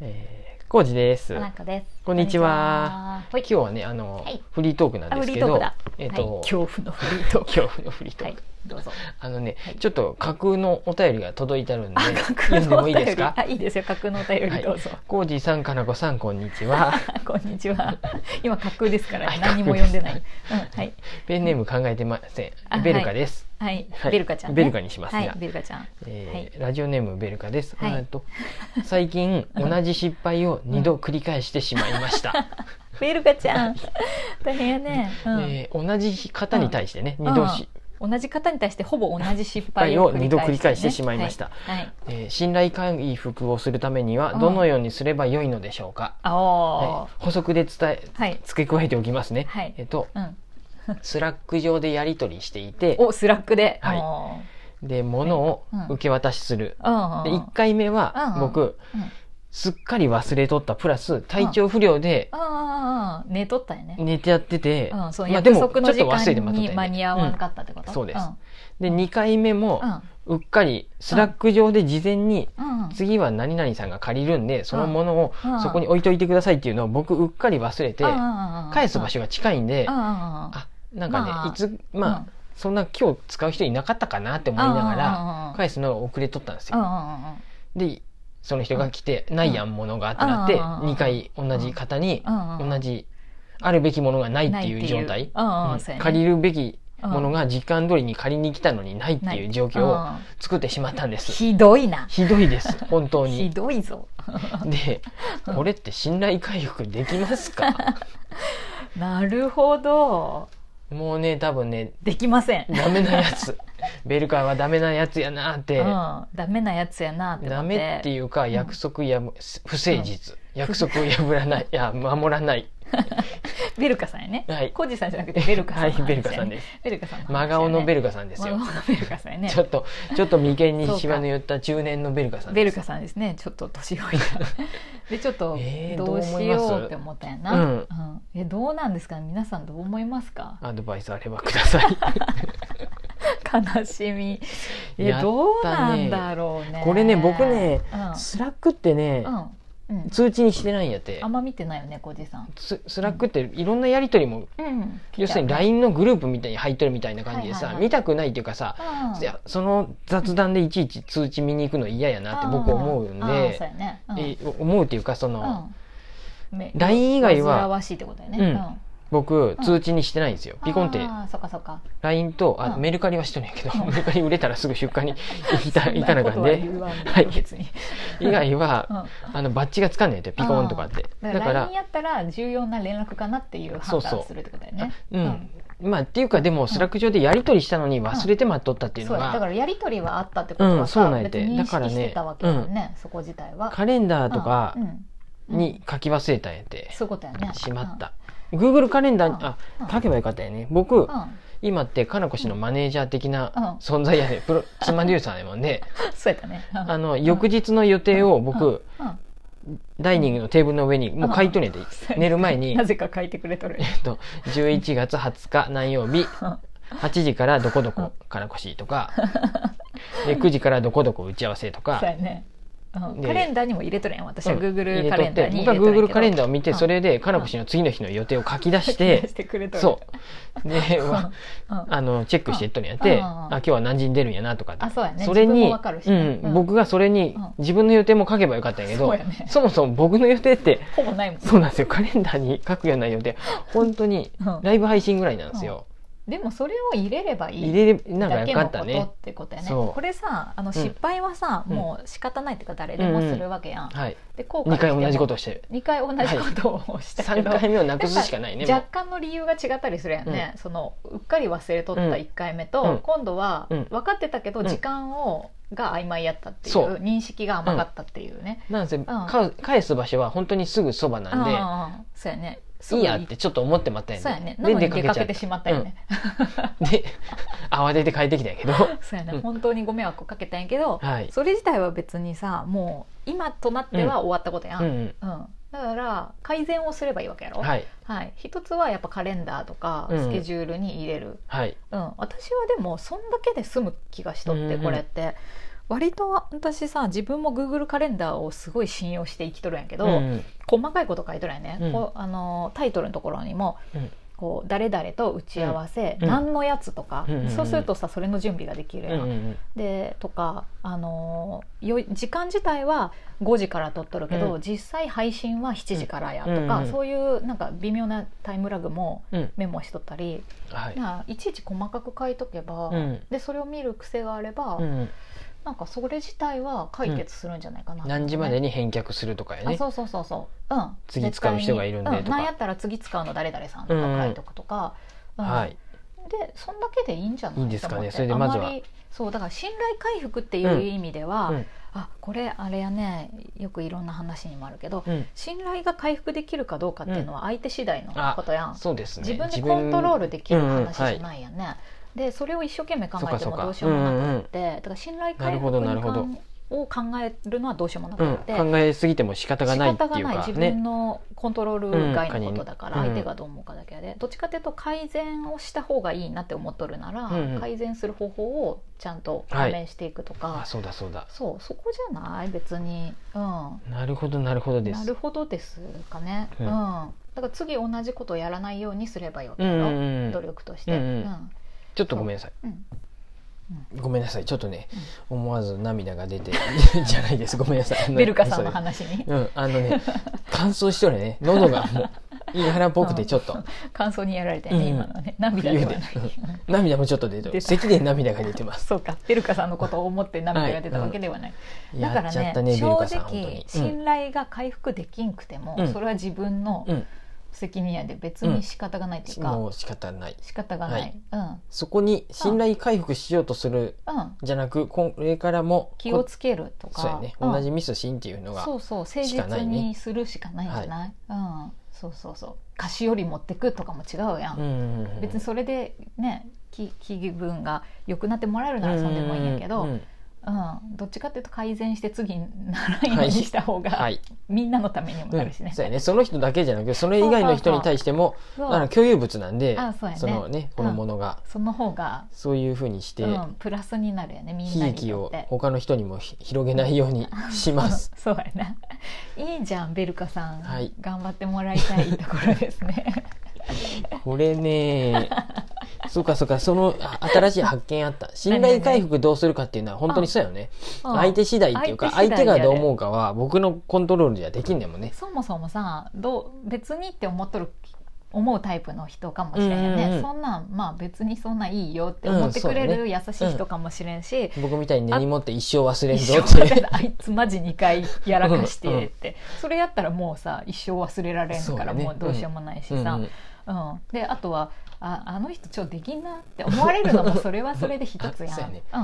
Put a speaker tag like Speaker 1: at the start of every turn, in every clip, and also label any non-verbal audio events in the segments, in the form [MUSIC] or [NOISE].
Speaker 1: えー、コージです。
Speaker 2: 花子です。
Speaker 1: こんにちは
Speaker 2: こ
Speaker 1: 今
Speaker 2: んにち
Speaker 1: 日
Speaker 2: は。
Speaker 1: はね、あの、
Speaker 2: はい
Speaker 1: フリートークなん
Speaker 2: あ
Speaker 1: で
Speaker 2: フ
Speaker 1: す
Speaker 2: リ
Speaker 1: け
Speaker 2: ートー
Speaker 1: ど
Speaker 2: クだ。、
Speaker 1: えっ、と、
Speaker 2: はい、恐怖のフリートーク。
Speaker 1: 今日のフリート
Speaker 2: は
Speaker 1: ー
Speaker 2: い
Speaker 1: ク。、
Speaker 2: どうぞ。
Speaker 1: あのね、
Speaker 2: はい
Speaker 1: ちょっと架空のお便りが届いてあるんで、
Speaker 2: あ、架
Speaker 1: 読
Speaker 2: 空
Speaker 1: んで
Speaker 2: のお
Speaker 1: もいい
Speaker 2: 便
Speaker 1: です
Speaker 2: り。
Speaker 1: か
Speaker 2: あ、いいですよ。架空のお便
Speaker 1: はい
Speaker 2: りどうぞ。
Speaker 1: コージさん、かなこさん、こんにちは。
Speaker 2: こんにちは。今架空ですから、
Speaker 1: はい
Speaker 2: 何にも読
Speaker 1: [LAUGHS]
Speaker 2: んでない。
Speaker 1: 架
Speaker 2: うん、はい、
Speaker 1: ペンネーム考えてませ
Speaker 2: あ
Speaker 1: ん。ベルカです。
Speaker 2: はい
Speaker 1: はい、
Speaker 2: ベルカちゃん、ね。
Speaker 1: ベルカにします
Speaker 2: は
Speaker 1: が
Speaker 2: い、ベルカちゃん。
Speaker 1: えー
Speaker 2: は
Speaker 1: ラジオネームベルカです、
Speaker 2: はい
Speaker 1: えーと最近同じ失敗を2度繰り返してしまいました、
Speaker 2: ベルカちゃん。大変やね。うん。
Speaker 1: えー同じ方に対してね、
Speaker 2: うん
Speaker 1: 2度し、
Speaker 2: 同じ方に対してほぼ同じ失
Speaker 1: 敗
Speaker 2: 敗
Speaker 1: を
Speaker 2: を
Speaker 1: 二度繰り返してしまいました
Speaker 2: はい。はい
Speaker 1: えー信頼回復をするためには
Speaker 2: うん
Speaker 1: どのようにすればよいのでしょうか、
Speaker 2: あお
Speaker 1: はい補足で伝え
Speaker 2: ー。はい。
Speaker 1: 付け加えておきますね、
Speaker 2: はい
Speaker 1: えっと
Speaker 2: うん。
Speaker 1: スラック上でやり取りしていて
Speaker 2: お、スラックで。
Speaker 1: はい
Speaker 2: お
Speaker 1: で物を
Speaker 2: うん
Speaker 1: 受け渡しする、
Speaker 2: ー。
Speaker 1: で
Speaker 2: うんうんうん。
Speaker 1: 1回目は
Speaker 2: うん
Speaker 1: 僕、
Speaker 2: うん
Speaker 1: すっかり忘れとったプラス体調不良で
Speaker 2: ああ、寝とったよね。
Speaker 1: 寝てやってて、
Speaker 2: うん、そう、
Speaker 1: まあ
Speaker 2: 約束の時
Speaker 1: ちょっと忘れてま
Speaker 2: 間
Speaker 1: ったん
Speaker 2: に
Speaker 1: で
Speaker 2: 間に合わなかったってこ
Speaker 1: う
Speaker 2: と
Speaker 1: んそうです
Speaker 2: ん
Speaker 1: で2回目も
Speaker 2: う
Speaker 1: う
Speaker 2: ん。
Speaker 1: っかりスラック上で事前に
Speaker 2: うん。
Speaker 1: 次は何々さんが借りるんでそのものを
Speaker 2: うん
Speaker 1: そこに置いといてくださいっていうのを僕うっかり忘れて返す場
Speaker 2: 所
Speaker 1: 所が近いんで
Speaker 2: あ
Speaker 1: あなんかね
Speaker 2: まあ
Speaker 1: いつまあそんな今日使う人いなかったかなって思いながら
Speaker 2: ら
Speaker 1: 返すのが遅れとったんです
Speaker 2: うんう
Speaker 1: よ。
Speaker 2: んうん
Speaker 1: でその人が来て「ないやんものが」ってなって
Speaker 2: うんうんうん
Speaker 1: 2回同じ方に
Speaker 2: うんうん
Speaker 1: 同じあるべきものがないっていう状
Speaker 2: ない
Speaker 1: 態
Speaker 2: っていうう
Speaker 1: う
Speaker 2: んうんんそうやね
Speaker 1: 借りるべき
Speaker 2: うん
Speaker 1: ものが時間通りに借りに来たのにないっていう状況を
Speaker 2: うん
Speaker 1: 作ってしまったんです。
Speaker 2: ひどいな。
Speaker 1: ひどい
Speaker 2: [LAUGHS]
Speaker 1: です本当
Speaker 2: ひ
Speaker 1: に。
Speaker 2: どいぞ。
Speaker 1: で
Speaker 2: うん
Speaker 1: これって信頼回復できますか
Speaker 2: なるほど。
Speaker 1: もうね多分ね
Speaker 2: できません。
Speaker 1: ダメなやつ [LAUGHS] ベルカーはダメなやつやなって
Speaker 2: う。ん。ダメなやつやなって思
Speaker 1: ダメって
Speaker 2: う。
Speaker 1: いうか
Speaker 2: ん
Speaker 1: 約束やむ不誠実、約束を破ら
Speaker 2: [LAUGHS]
Speaker 1: ないいや守らない
Speaker 2: ベルカさんやね。
Speaker 1: はい
Speaker 2: コージさんじゃなくてベルカさんの話
Speaker 1: は
Speaker 2: や
Speaker 1: い
Speaker 2: ね。
Speaker 1: ベルカさんです
Speaker 2: ベルカさんの話や
Speaker 1: 真
Speaker 2: ね。
Speaker 1: 顔のベ
Speaker 2: ル
Speaker 1: ルカさんですよ、
Speaker 2: 真顔のベルカさんやね。
Speaker 1: ちょっとちょっと眉間にしわの寄った中年のベルカさん
Speaker 2: ベ
Speaker 1: で
Speaker 2: ル
Speaker 1: す
Speaker 2: カさんですねちょっと年老いた
Speaker 1: [LAUGHS]
Speaker 2: でちょっと
Speaker 1: えー
Speaker 2: どう
Speaker 1: どう
Speaker 2: し
Speaker 1: 思い
Speaker 2: よ
Speaker 1: ます
Speaker 2: うって思ったんやな、
Speaker 1: うん
Speaker 2: うんえどうなんですか皆さんどう思いますか
Speaker 1: アドバイスあればください
Speaker 2: 悲しみえ
Speaker 1: やったね
Speaker 2: どうなんだろうね
Speaker 1: これね僕ね
Speaker 2: うん
Speaker 1: スラックってね、
Speaker 2: うんうん
Speaker 1: 通知にしてないんやって
Speaker 2: あんま見てないよね小じさん、
Speaker 1: ススラックっていろんなやり取りも
Speaker 2: うん、
Speaker 1: 要するに LINE のグループみたいに入ってるみたいな感じでさ、
Speaker 2: はいはいはい
Speaker 1: 見たくないっていうかさ、
Speaker 2: うん
Speaker 1: いやその雑談でいちいち通知見に行くの嫌やなって僕思うん
Speaker 2: あーあーそ
Speaker 1: で
Speaker 2: う、やね、うん
Speaker 1: え思うっていうかその、
Speaker 2: うんめ
Speaker 1: LINE 以外
Speaker 2: 煩
Speaker 1: は
Speaker 2: わしいってことやね、
Speaker 1: うん
Speaker 2: うん
Speaker 1: 僕
Speaker 2: うん
Speaker 1: 通知にしてないんですよ、ピコンって
Speaker 2: あーそっかそっ
Speaker 1: [LAUGHS]
Speaker 2: か
Speaker 1: LINE とあ、
Speaker 2: うん
Speaker 1: メルカリはしとるんやけど、
Speaker 2: うん
Speaker 1: メルカリ売れたらすぐ出荷に行
Speaker 2: [LAUGHS] そ
Speaker 1: か
Speaker 2: ん
Speaker 1: 行かなあ
Speaker 2: こ
Speaker 1: かん
Speaker 2: とは
Speaker 1: で
Speaker 2: 言わんよ
Speaker 1: はい
Speaker 2: 別に、
Speaker 1: 以外は、
Speaker 2: うん
Speaker 1: あのバッジがつかんのやってピコンとかって
Speaker 2: だ
Speaker 1: だ
Speaker 2: か
Speaker 1: からら
Speaker 2: LINE やったら重要な連絡かなっていう
Speaker 1: そう
Speaker 2: 判
Speaker 1: そう
Speaker 2: 断するってことだよね。
Speaker 1: うん、まあっていうかでもスラック上でやり取りしたのに忘れて待っとったっていう
Speaker 2: そ
Speaker 1: の
Speaker 2: うやだか
Speaker 1: が、
Speaker 2: らやり取りはあったってこと
Speaker 1: う
Speaker 2: は
Speaker 1: んそう
Speaker 2: さ、
Speaker 1: なんや
Speaker 2: 別
Speaker 1: て
Speaker 2: に
Speaker 1: だ
Speaker 2: 認
Speaker 1: から
Speaker 2: 識
Speaker 1: ね
Speaker 2: してたわけだよね、そこ自体は。
Speaker 1: カレンダーとか
Speaker 2: うんうん
Speaker 1: に書き忘れたんやって、
Speaker 2: そういうことやね。
Speaker 1: しまった、Google カレンダーにあ
Speaker 2: うん。うん
Speaker 1: 書けばよかったよね僕
Speaker 2: うん
Speaker 1: 今ってかなこ氏のマネージャー的
Speaker 2: うん
Speaker 1: な存在やねプロツマデューサーやもんね
Speaker 2: そうやったね。うん
Speaker 1: あの翌日の予定を
Speaker 2: う
Speaker 1: 僕
Speaker 2: うん
Speaker 1: ダイニングのテーブルの上にもう書いとるんや
Speaker 2: そうや
Speaker 1: て
Speaker 2: ね
Speaker 1: 寝る前に
Speaker 2: なぜか書いてくれ
Speaker 1: [LAUGHS]
Speaker 2: とる。
Speaker 1: えっと11月20日何曜日8時からどこどこかなこしとかで9時からどこどこ打ち合わせと
Speaker 2: そう
Speaker 1: か
Speaker 2: やね。うん
Speaker 1: で
Speaker 2: カレンダーにも入れとるやん私は
Speaker 1: うん
Speaker 2: Google
Speaker 1: 入れ
Speaker 2: カ
Speaker 1: と
Speaker 2: レ
Speaker 1: っ
Speaker 2: ンダ
Speaker 1: て
Speaker 2: ーに
Speaker 1: 僕は Google カレン
Speaker 2: ー
Speaker 1: ダーを見て
Speaker 2: うん
Speaker 1: それでかなこ氏の次の日の予定を書き出し
Speaker 2: で
Speaker 1: て
Speaker 2: してくれと
Speaker 1: [LAUGHS]
Speaker 2: る
Speaker 1: そうでわ
Speaker 2: うん、うん
Speaker 1: あのチェックしていっとるんやって
Speaker 2: うんうんうん
Speaker 1: あ今日は何時に出るんやなとかって
Speaker 2: あそうやね
Speaker 1: れ
Speaker 2: 自分
Speaker 1: に
Speaker 2: もわかるし
Speaker 1: う
Speaker 2: ねうんん
Speaker 1: 僕がそれに
Speaker 2: うん
Speaker 1: 自分の予定も書けばよかったんやけど
Speaker 2: そうやね
Speaker 1: そもそも僕の予定って
Speaker 2: ほぼないもん
Speaker 1: そうなんですよカレンダーに書くような予定本当に
Speaker 2: うん
Speaker 1: ライブ配信ぐらいなんですよ
Speaker 2: でもそれを入れればいい
Speaker 1: 入れれなんか
Speaker 2: だ
Speaker 1: よ
Speaker 2: け
Speaker 1: か
Speaker 2: の
Speaker 1: っ
Speaker 2: こと
Speaker 1: た
Speaker 2: っ
Speaker 1: ね
Speaker 2: てことやね
Speaker 1: そう
Speaker 2: これさあの失敗はさ、
Speaker 1: うん
Speaker 2: もう仕方ないっていうか誰でもするわけやん、
Speaker 1: はい
Speaker 2: で後悔
Speaker 1: 2回
Speaker 2: しても
Speaker 1: 同じことをしてる
Speaker 2: 二回同じことをしたけ
Speaker 1: 3
Speaker 2: ど、
Speaker 1: 回目をなくすしかないねもう
Speaker 2: 若干の理由が違ったりするやんね、そのうっかり忘れとった1回目と、
Speaker 1: うん
Speaker 2: 今度は
Speaker 1: うん
Speaker 2: 分かってたけど
Speaker 1: うん
Speaker 2: 時間を、が曖昧やったっていう
Speaker 1: そう
Speaker 2: 認識が甘かったっていうね、
Speaker 1: なんせ、か返す場所は本当にすぐそば
Speaker 2: うんうん
Speaker 1: な
Speaker 2: うんそうやね
Speaker 1: んでいいやってちょっと思ってまったん
Speaker 2: そうや
Speaker 1: や
Speaker 2: ね
Speaker 1: ね
Speaker 2: なのに出
Speaker 1: で
Speaker 2: かけてしまったよね、
Speaker 1: で [LAUGHS] 慌てて帰ってきたん
Speaker 2: [LAUGHS]
Speaker 1: やけど
Speaker 2: そうやね、
Speaker 1: うん
Speaker 2: 本当にご迷惑をかけたんやけど、
Speaker 1: はい
Speaker 2: それ自体は別にさもう今となっては終わったことやん、
Speaker 1: う
Speaker 2: うんんだから改善をすればいいわけやろ、
Speaker 1: うん
Speaker 2: い
Speaker 1: はい
Speaker 2: 一つはやっぱカレンダーとか
Speaker 1: うん
Speaker 2: スケジュールに入れる、
Speaker 1: はい
Speaker 2: うん私はでもそんだけで済む気がしとって、
Speaker 1: うんうん
Speaker 2: これって割と私さ自分も Google カレンダーをすごい信用して生きとるんやけど、
Speaker 1: うん
Speaker 2: 細かいこと書いとるんやね、
Speaker 1: うん
Speaker 2: こうあのタイトルのところにも、
Speaker 1: うん
Speaker 2: こう誰々と打ち合わせ、
Speaker 1: うん
Speaker 2: 何のやつとか、
Speaker 1: うんうんうん
Speaker 2: そうするとさそれの準備ができる
Speaker 1: う
Speaker 2: やん、
Speaker 1: んうん
Speaker 2: でとか、あのよ時間自体は5時から撮っとるけど、
Speaker 1: うん
Speaker 2: 実際配信は7時からや
Speaker 1: う
Speaker 2: と
Speaker 1: ん
Speaker 2: か、
Speaker 1: うんうん
Speaker 2: そういうなんか微妙なタイムラグも
Speaker 1: うんうん
Speaker 2: メモしとったり、
Speaker 1: はい
Speaker 2: まあいちいち細かく書いとけば、
Speaker 1: うん
Speaker 2: でそれを見る癖があれば、
Speaker 1: うん
Speaker 2: なんかそれ自体は解決するんじゃないかな、
Speaker 1: 何時までに返却するとかや
Speaker 2: あ
Speaker 1: ね
Speaker 2: そうそうそうそう、うん、
Speaker 1: 次使う人がいるんで
Speaker 2: 絶対に
Speaker 1: とか
Speaker 2: うん、なんやったら次使うの誰々さんとか書いとくとか、うん
Speaker 1: はい
Speaker 2: でそんだけでいいんじゃない
Speaker 1: いいですかね
Speaker 2: と思って
Speaker 1: それでまずは
Speaker 2: ありそうだから信頼回復っていう意味では、
Speaker 1: うんうん
Speaker 2: あこれあれやねよくいろんな話にもあるけど、
Speaker 1: うん
Speaker 2: 信頼が回復できるかどうかっていうのは相手次第のことやん、
Speaker 1: そうですね
Speaker 2: 自分でコントロー
Speaker 1: ル
Speaker 2: ルできる話
Speaker 1: うんうんはい
Speaker 2: じゃないやね、でそれを一生懸命考えて
Speaker 1: そうかそう
Speaker 2: も
Speaker 1: か
Speaker 2: どうしようもなくって、だから信頼回復
Speaker 1: なるほどなる
Speaker 2: に関を考えるのはどうしようもな
Speaker 1: うん
Speaker 2: くって、
Speaker 1: 考えすぎても仕方がないっていう
Speaker 2: 仕方がない
Speaker 1: か
Speaker 2: 自
Speaker 1: ね
Speaker 2: 分のコントロール外のことだから、
Speaker 1: うん
Speaker 2: 相手がどう思うかだけでどっちかというと改善をした方がいいなって思っとるなら、
Speaker 1: うんうん
Speaker 2: 改善する方法をちゃんと
Speaker 1: はい
Speaker 2: 解明していくとか、
Speaker 1: あそうだそうだ
Speaker 2: そうそこじゃない別に、うん、
Speaker 1: なるほどなるほどで
Speaker 2: な
Speaker 1: す
Speaker 2: るほどですかね、
Speaker 1: う
Speaker 2: うんんだから次同じことをやらないようにすればよって
Speaker 1: う
Speaker 2: い
Speaker 1: ん
Speaker 2: う
Speaker 1: う
Speaker 2: の
Speaker 1: んう
Speaker 2: 努
Speaker 1: ん
Speaker 2: 力として、
Speaker 1: う
Speaker 2: うんん
Speaker 1: うんちょっとごめんなさい
Speaker 2: うん
Speaker 1: ごめんなさいちょっとね思わず涙が
Speaker 2: [LAUGHS]
Speaker 1: 出てじゃないですごめんなさいあの
Speaker 2: ベルカさん
Speaker 1: 嘘で
Speaker 2: の話に
Speaker 1: うんあのね乾燥してるね喉がも
Speaker 2: [LAUGHS]
Speaker 1: う言い腹っぽくてちょっと
Speaker 2: 感想にやられてね、
Speaker 1: うん
Speaker 2: 今のはね涙ではない、
Speaker 1: 冬で涙もちょっと出てる
Speaker 2: 出た
Speaker 1: 咳で涙が出てます
Speaker 2: [LAUGHS] そうかベルカさんのことを思って涙が出たわけではない、だか
Speaker 1: や
Speaker 2: ら
Speaker 1: っちゃ
Speaker 2: ね
Speaker 1: ったねベル
Speaker 2: 正
Speaker 1: カさん本当
Speaker 2: 直
Speaker 1: にうん
Speaker 2: 信頼が回復できんくても、
Speaker 1: うん
Speaker 2: それは自分の
Speaker 1: うん
Speaker 2: 責任やで別に仕方がないっていうか、
Speaker 1: もう仕方ない
Speaker 2: 仕方がない、
Speaker 1: はい
Speaker 2: うん
Speaker 1: そこに信頼回復しようとする
Speaker 2: うん、
Speaker 1: じゃなくこれからも
Speaker 2: 気を
Speaker 1: こ
Speaker 2: つけるとか
Speaker 1: そうやね
Speaker 2: うん
Speaker 1: 同じミスしんっていうのが
Speaker 2: そうそう誠
Speaker 1: しかない
Speaker 2: 実
Speaker 1: ね
Speaker 2: にするしかないんじゃない、うん、そうそうそう菓子より持ってくとかも違うやん、
Speaker 1: うんうんうん
Speaker 2: 別にそれでね気気分が良くなってもらえるならそんでもいいんやけ
Speaker 1: う
Speaker 2: ど、うん
Speaker 1: うんん
Speaker 2: どっちかっていうと改善して次にならんようにした方が、
Speaker 1: はい
Speaker 2: みんなのためにも
Speaker 1: う
Speaker 2: なんるしね。
Speaker 1: そうやねその人だけじゃなくそれ以外の人に対しても
Speaker 2: そう
Speaker 1: あの共有物なんで
Speaker 2: あそうやね
Speaker 1: のねこのものが
Speaker 2: その方が、
Speaker 1: そういうふうにして
Speaker 2: うん、プラスになるよねみん
Speaker 1: 悲
Speaker 2: なに
Speaker 1: 劇
Speaker 2: とっ
Speaker 1: を
Speaker 2: て。
Speaker 1: 他の人にもひ広げないようにし
Speaker 2: う
Speaker 1: ま
Speaker 2: ん
Speaker 1: す。
Speaker 2: [LAUGHS] そうやな。いいじゃんベルカさん、
Speaker 1: はい
Speaker 2: 頑張ってもらいたいところですね。
Speaker 1: これ
Speaker 2: [LAUGHS]
Speaker 1: ねそうかそうかそのあ新しい発見あった信頼回復どうするかっていうのは本当にそうよね
Speaker 2: う
Speaker 1: [LAUGHS]
Speaker 2: ん
Speaker 1: 相手次第っていうか相
Speaker 2: 相
Speaker 1: 手
Speaker 2: 手次第
Speaker 1: が
Speaker 2: やで
Speaker 1: どう思うかは僕のコントロールじゃできんねんもんね
Speaker 2: そもそもさどう別にって思っとる思うタイプの人かもしれんよね、
Speaker 1: うんうんうん
Speaker 2: そんなんまあ別にそんないいよって思ってくれ
Speaker 1: う
Speaker 2: る
Speaker 1: ん
Speaker 2: 優しい人かもしれんし、
Speaker 1: 僕みたいに根に持って一生忘れん
Speaker 2: 一
Speaker 1: ぞ
Speaker 2: 生
Speaker 1: っていう
Speaker 2: あいつマジ2回やらかしてって、それやったらもうさ一生忘れられん
Speaker 1: そう
Speaker 2: か
Speaker 1: だ
Speaker 2: ら
Speaker 1: ね
Speaker 2: もうどうしようもないし
Speaker 1: う
Speaker 2: さ、
Speaker 1: んうん
Speaker 2: うん、であとはああの人超できんなって思われる
Speaker 1: [LAUGHS]
Speaker 2: のもそれはそれで一つや
Speaker 1: あ
Speaker 2: ん
Speaker 1: そうやね
Speaker 2: う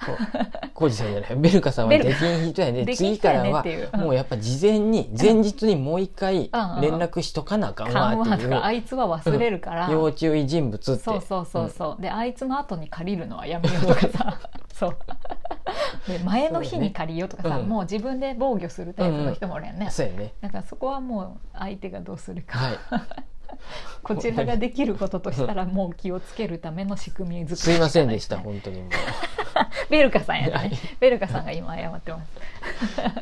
Speaker 1: こう浩二さんじゃないベルカさんは
Speaker 2: ベ
Speaker 1: で
Speaker 2: ル
Speaker 1: きん人やね
Speaker 2: できん
Speaker 1: 次
Speaker 2: 人
Speaker 1: か
Speaker 2: や
Speaker 1: ら
Speaker 2: ねっ
Speaker 1: は
Speaker 2: ていううん
Speaker 1: もうやっぱ事前に前日にもう一回
Speaker 2: うんうん
Speaker 1: 連絡しとかなあか
Speaker 2: ん、
Speaker 1: ん
Speaker 2: 緩
Speaker 1: わ
Speaker 2: 和
Speaker 1: ってい
Speaker 2: とかあ
Speaker 1: う
Speaker 2: いつは忘れるから、
Speaker 1: 要注意人物って
Speaker 2: そうそうそうそう、であいつの後に借りるのはやめようとかさ [LAUGHS] そうで前の日に借りようとか
Speaker 1: そうだ
Speaker 2: さ
Speaker 1: ねうん
Speaker 2: もう自分で防御するタイプの人もおるやんね、
Speaker 1: そうやね
Speaker 2: だからそこはもう相手がどうするか、 [LAUGHS]
Speaker 1: はい
Speaker 2: こちらができることとしたらもう気をつけるための仕組み作り
Speaker 1: すいませんでした
Speaker 2: かない
Speaker 1: 本当にも
Speaker 2: すねベルカさんやった
Speaker 1: はい
Speaker 2: ねベルカさんが今謝ってます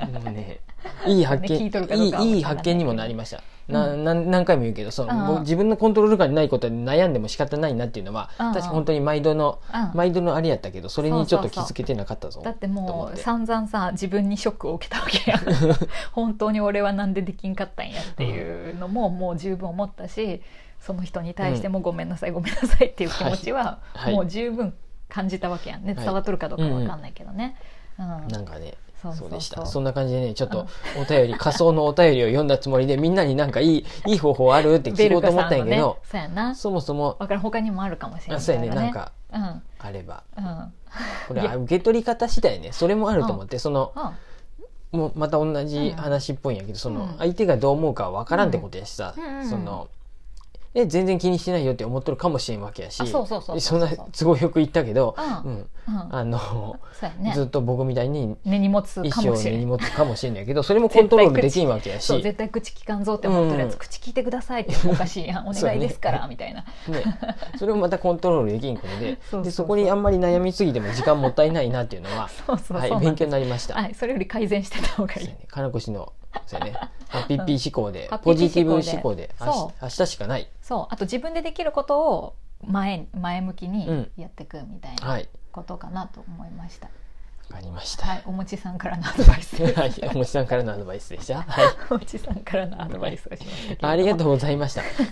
Speaker 1: う
Speaker 2: [LAUGHS]
Speaker 1: もうねいい発
Speaker 2: ね聞
Speaker 1: 見
Speaker 2: いとるか
Speaker 1: い
Speaker 2: どうかは分からないい
Speaker 1: いい発見にもなりました、な
Speaker 2: う
Speaker 1: なん何回も言うけどそう、
Speaker 2: うんうん
Speaker 1: 僕自分のコントロール感ないことで悩んでも仕方ないなっていうのは、
Speaker 2: うんうん
Speaker 1: 確か本当に毎度の、
Speaker 2: うん
Speaker 1: 毎度のあれやったけどそれにちょっと
Speaker 2: そう
Speaker 1: 気
Speaker 2: そうそう
Speaker 1: づけてなかったぞ
Speaker 2: だっ
Speaker 1: と
Speaker 2: て
Speaker 1: 思
Speaker 2: も
Speaker 1: っ
Speaker 2: う
Speaker 1: て
Speaker 2: 散々さ自分にショックを受けたわ
Speaker 1: [LAUGHS]
Speaker 2: けや本当に俺はなんでできんかったんやっていうのももう十分思ったしその人に対してもごめんなさい、ごめんなさいっていう気持ちは
Speaker 1: はい
Speaker 2: もう十分感じたわけやんね、
Speaker 1: はい
Speaker 2: 伝わっとるかどうかわかんないけどね。うん
Speaker 1: なんかね
Speaker 2: そうそ
Speaker 1: そ
Speaker 2: うそうう
Speaker 1: でしたそんな感じでねちょっと [LAUGHS] お便り仮想のお便りを読んだつもりでみんなになんかいいいい方法あるって聞
Speaker 2: ベ
Speaker 1: こ
Speaker 2: ル
Speaker 1: うと
Speaker 2: カ
Speaker 1: 思
Speaker 2: さ
Speaker 1: っ
Speaker 2: ん
Speaker 1: たんや
Speaker 2: の
Speaker 1: け
Speaker 2: ね
Speaker 1: ど、
Speaker 2: そうやな
Speaker 1: そもそも
Speaker 2: わからん他にもあるかもしれな
Speaker 1: あ
Speaker 2: い
Speaker 1: そうやねなん
Speaker 2: か
Speaker 1: か
Speaker 2: うんうん
Speaker 1: あれば
Speaker 2: うん
Speaker 1: これ
Speaker 2: いや
Speaker 1: あ受け取り方次第ねそれもあると思ってそのもうまた同じ話っぽいんやけどその
Speaker 2: うん
Speaker 1: 相手がどう思うかは分からんってことやしさ、
Speaker 2: うんうんうん
Speaker 1: そのえ全然気にしてないよって思ってるかもしれんわけやし
Speaker 2: あそうそうそう
Speaker 1: そ
Speaker 2: そ
Speaker 1: ん
Speaker 2: う
Speaker 1: な都合よく言ったけど、
Speaker 2: う
Speaker 1: うんん、
Speaker 2: うん
Speaker 1: あの、
Speaker 2: そうやね
Speaker 1: ずっと僕みたいに
Speaker 2: 根に持つ
Speaker 1: 一
Speaker 2: か
Speaker 1: 生
Speaker 2: もし
Speaker 1: 根
Speaker 2: れ
Speaker 1: に
Speaker 2: ない
Speaker 1: 持つかもしれんけどそれもコントロールできんわけやし
Speaker 2: そう、 [LAUGHS] 絶対口聞かんぞって思ってるやつ、
Speaker 1: うん
Speaker 2: 口聞いてくださいっておかしいやんお
Speaker 1: [LAUGHS] そうや
Speaker 2: 願い
Speaker 1: ね
Speaker 2: ですから、みたいな
Speaker 1: ね、それもまたコントロールできんことで
Speaker 2: [LAUGHS] そうそうそう
Speaker 1: でそこにあんまり悩みすぎても時間もったいないなっていうのは
Speaker 2: そうそうそう、
Speaker 1: はい、勉強になりました。
Speaker 2: はい、それより改善してた方がい
Speaker 1: そう
Speaker 2: い
Speaker 1: やね金越のそうやね
Speaker 2: [LAUGHS]
Speaker 1: ハッピーピー思考で、
Speaker 2: ハッピ
Speaker 1: ポ
Speaker 2: ーピ
Speaker 1: ジ
Speaker 2: ー
Speaker 1: ティブ
Speaker 2: 思考
Speaker 1: 思
Speaker 2: で
Speaker 1: 考で明
Speaker 2: そ
Speaker 1: 日明日しかない、
Speaker 2: そうあと自分でできることを前前向きにやっていくみたい
Speaker 1: は
Speaker 2: ないことかなと思いました、
Speaker 1: わかりました。
Speaker 2: はいおもちさんからのアドバイ
Speaker 1: [LAUGHS]
Speaker 2: ス
Speaker 1: はい、おもちさんからのアドバイスで
Speaker 2: [LAUGHS]
Speaker 1: した。はい、
Speaker 2: おもちさんからのアドバイスをしましたけれども
Speaker 1: ありがとうございました。今日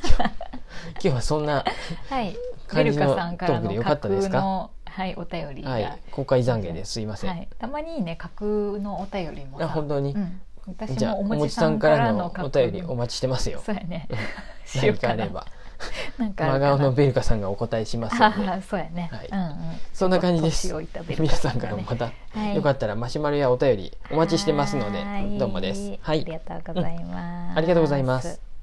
Speaker 1: 今日はそんな、
Speaker 2: はいベ
Speaker 1: 感
Speaker 2: ル
Speaker 1: じの
Speaker 2: カさんから
Speaker 1: トークで
Speaker 2: の
Speaker 1: よか
Speaker 2: 架
Speaker 1: ったです
Speaker 2: 空
Speaker 1: か
Speaker 2: のはいお便りが、
Speaker 1: は
Speaker 2: はい
Speaker 1: い、公開懺悔ですいません。
Speaker 2: たまにね架空のお便りもさ
Speaker 1: あ本当に
Speaker 2: うん、私
Speaker 1: じゃあ
Speaker 2: も
Speaker 1: お
Speaker 2: おも
Speaker 1: も
Speaker 2: ち
Speaker 1: ち
Speaker 2: さ
Speaker 1: さ
Speaker 2: ん
Speaker 1: ん
Speaker 2: か
Speaker 1: からら
Speaker 2: の
Speaker 1: の
Speaker 2: 架
Speaker 1: お
Speaker 2: 空
Speaker 1: 便りお待ちしてますよ。
Speaker 2: そうや
Speaker 1: [LAUGHS]
Speaker 2: ねしよ
Speaker 1: 何
Speaker 2: う
Speaker 1: か
Speaker 2: か
Speaker 1: あ
Speaker 2: な
Speaker 1: れば、
Speaker 2: なんかあ
Speaker 1: 真
Speaker 2: るかな
Speaker 1: 顔のベルカさんがお答えしますので
Speaker 2: ああ [LAUGHS] そうやね、
Speaker 1: はい
Speaker 2: うんうん
Speaker 1: そんな感じです
Speaker 2: 年老いたベルカ
Speaker 1: 皆さんから
Speaker 2: ね
Speaker 1: もまた、
Speaker 2: はい
Speaker 1: よかったらマシュマロやお便りお待ちしてますので
Speaker 2: はい
Speaker 1: どうもです。は
Speaker 2: あ
Speaker 1: い
Speaker 2: りがとうございます、
Speaker 1: ありがとうございます。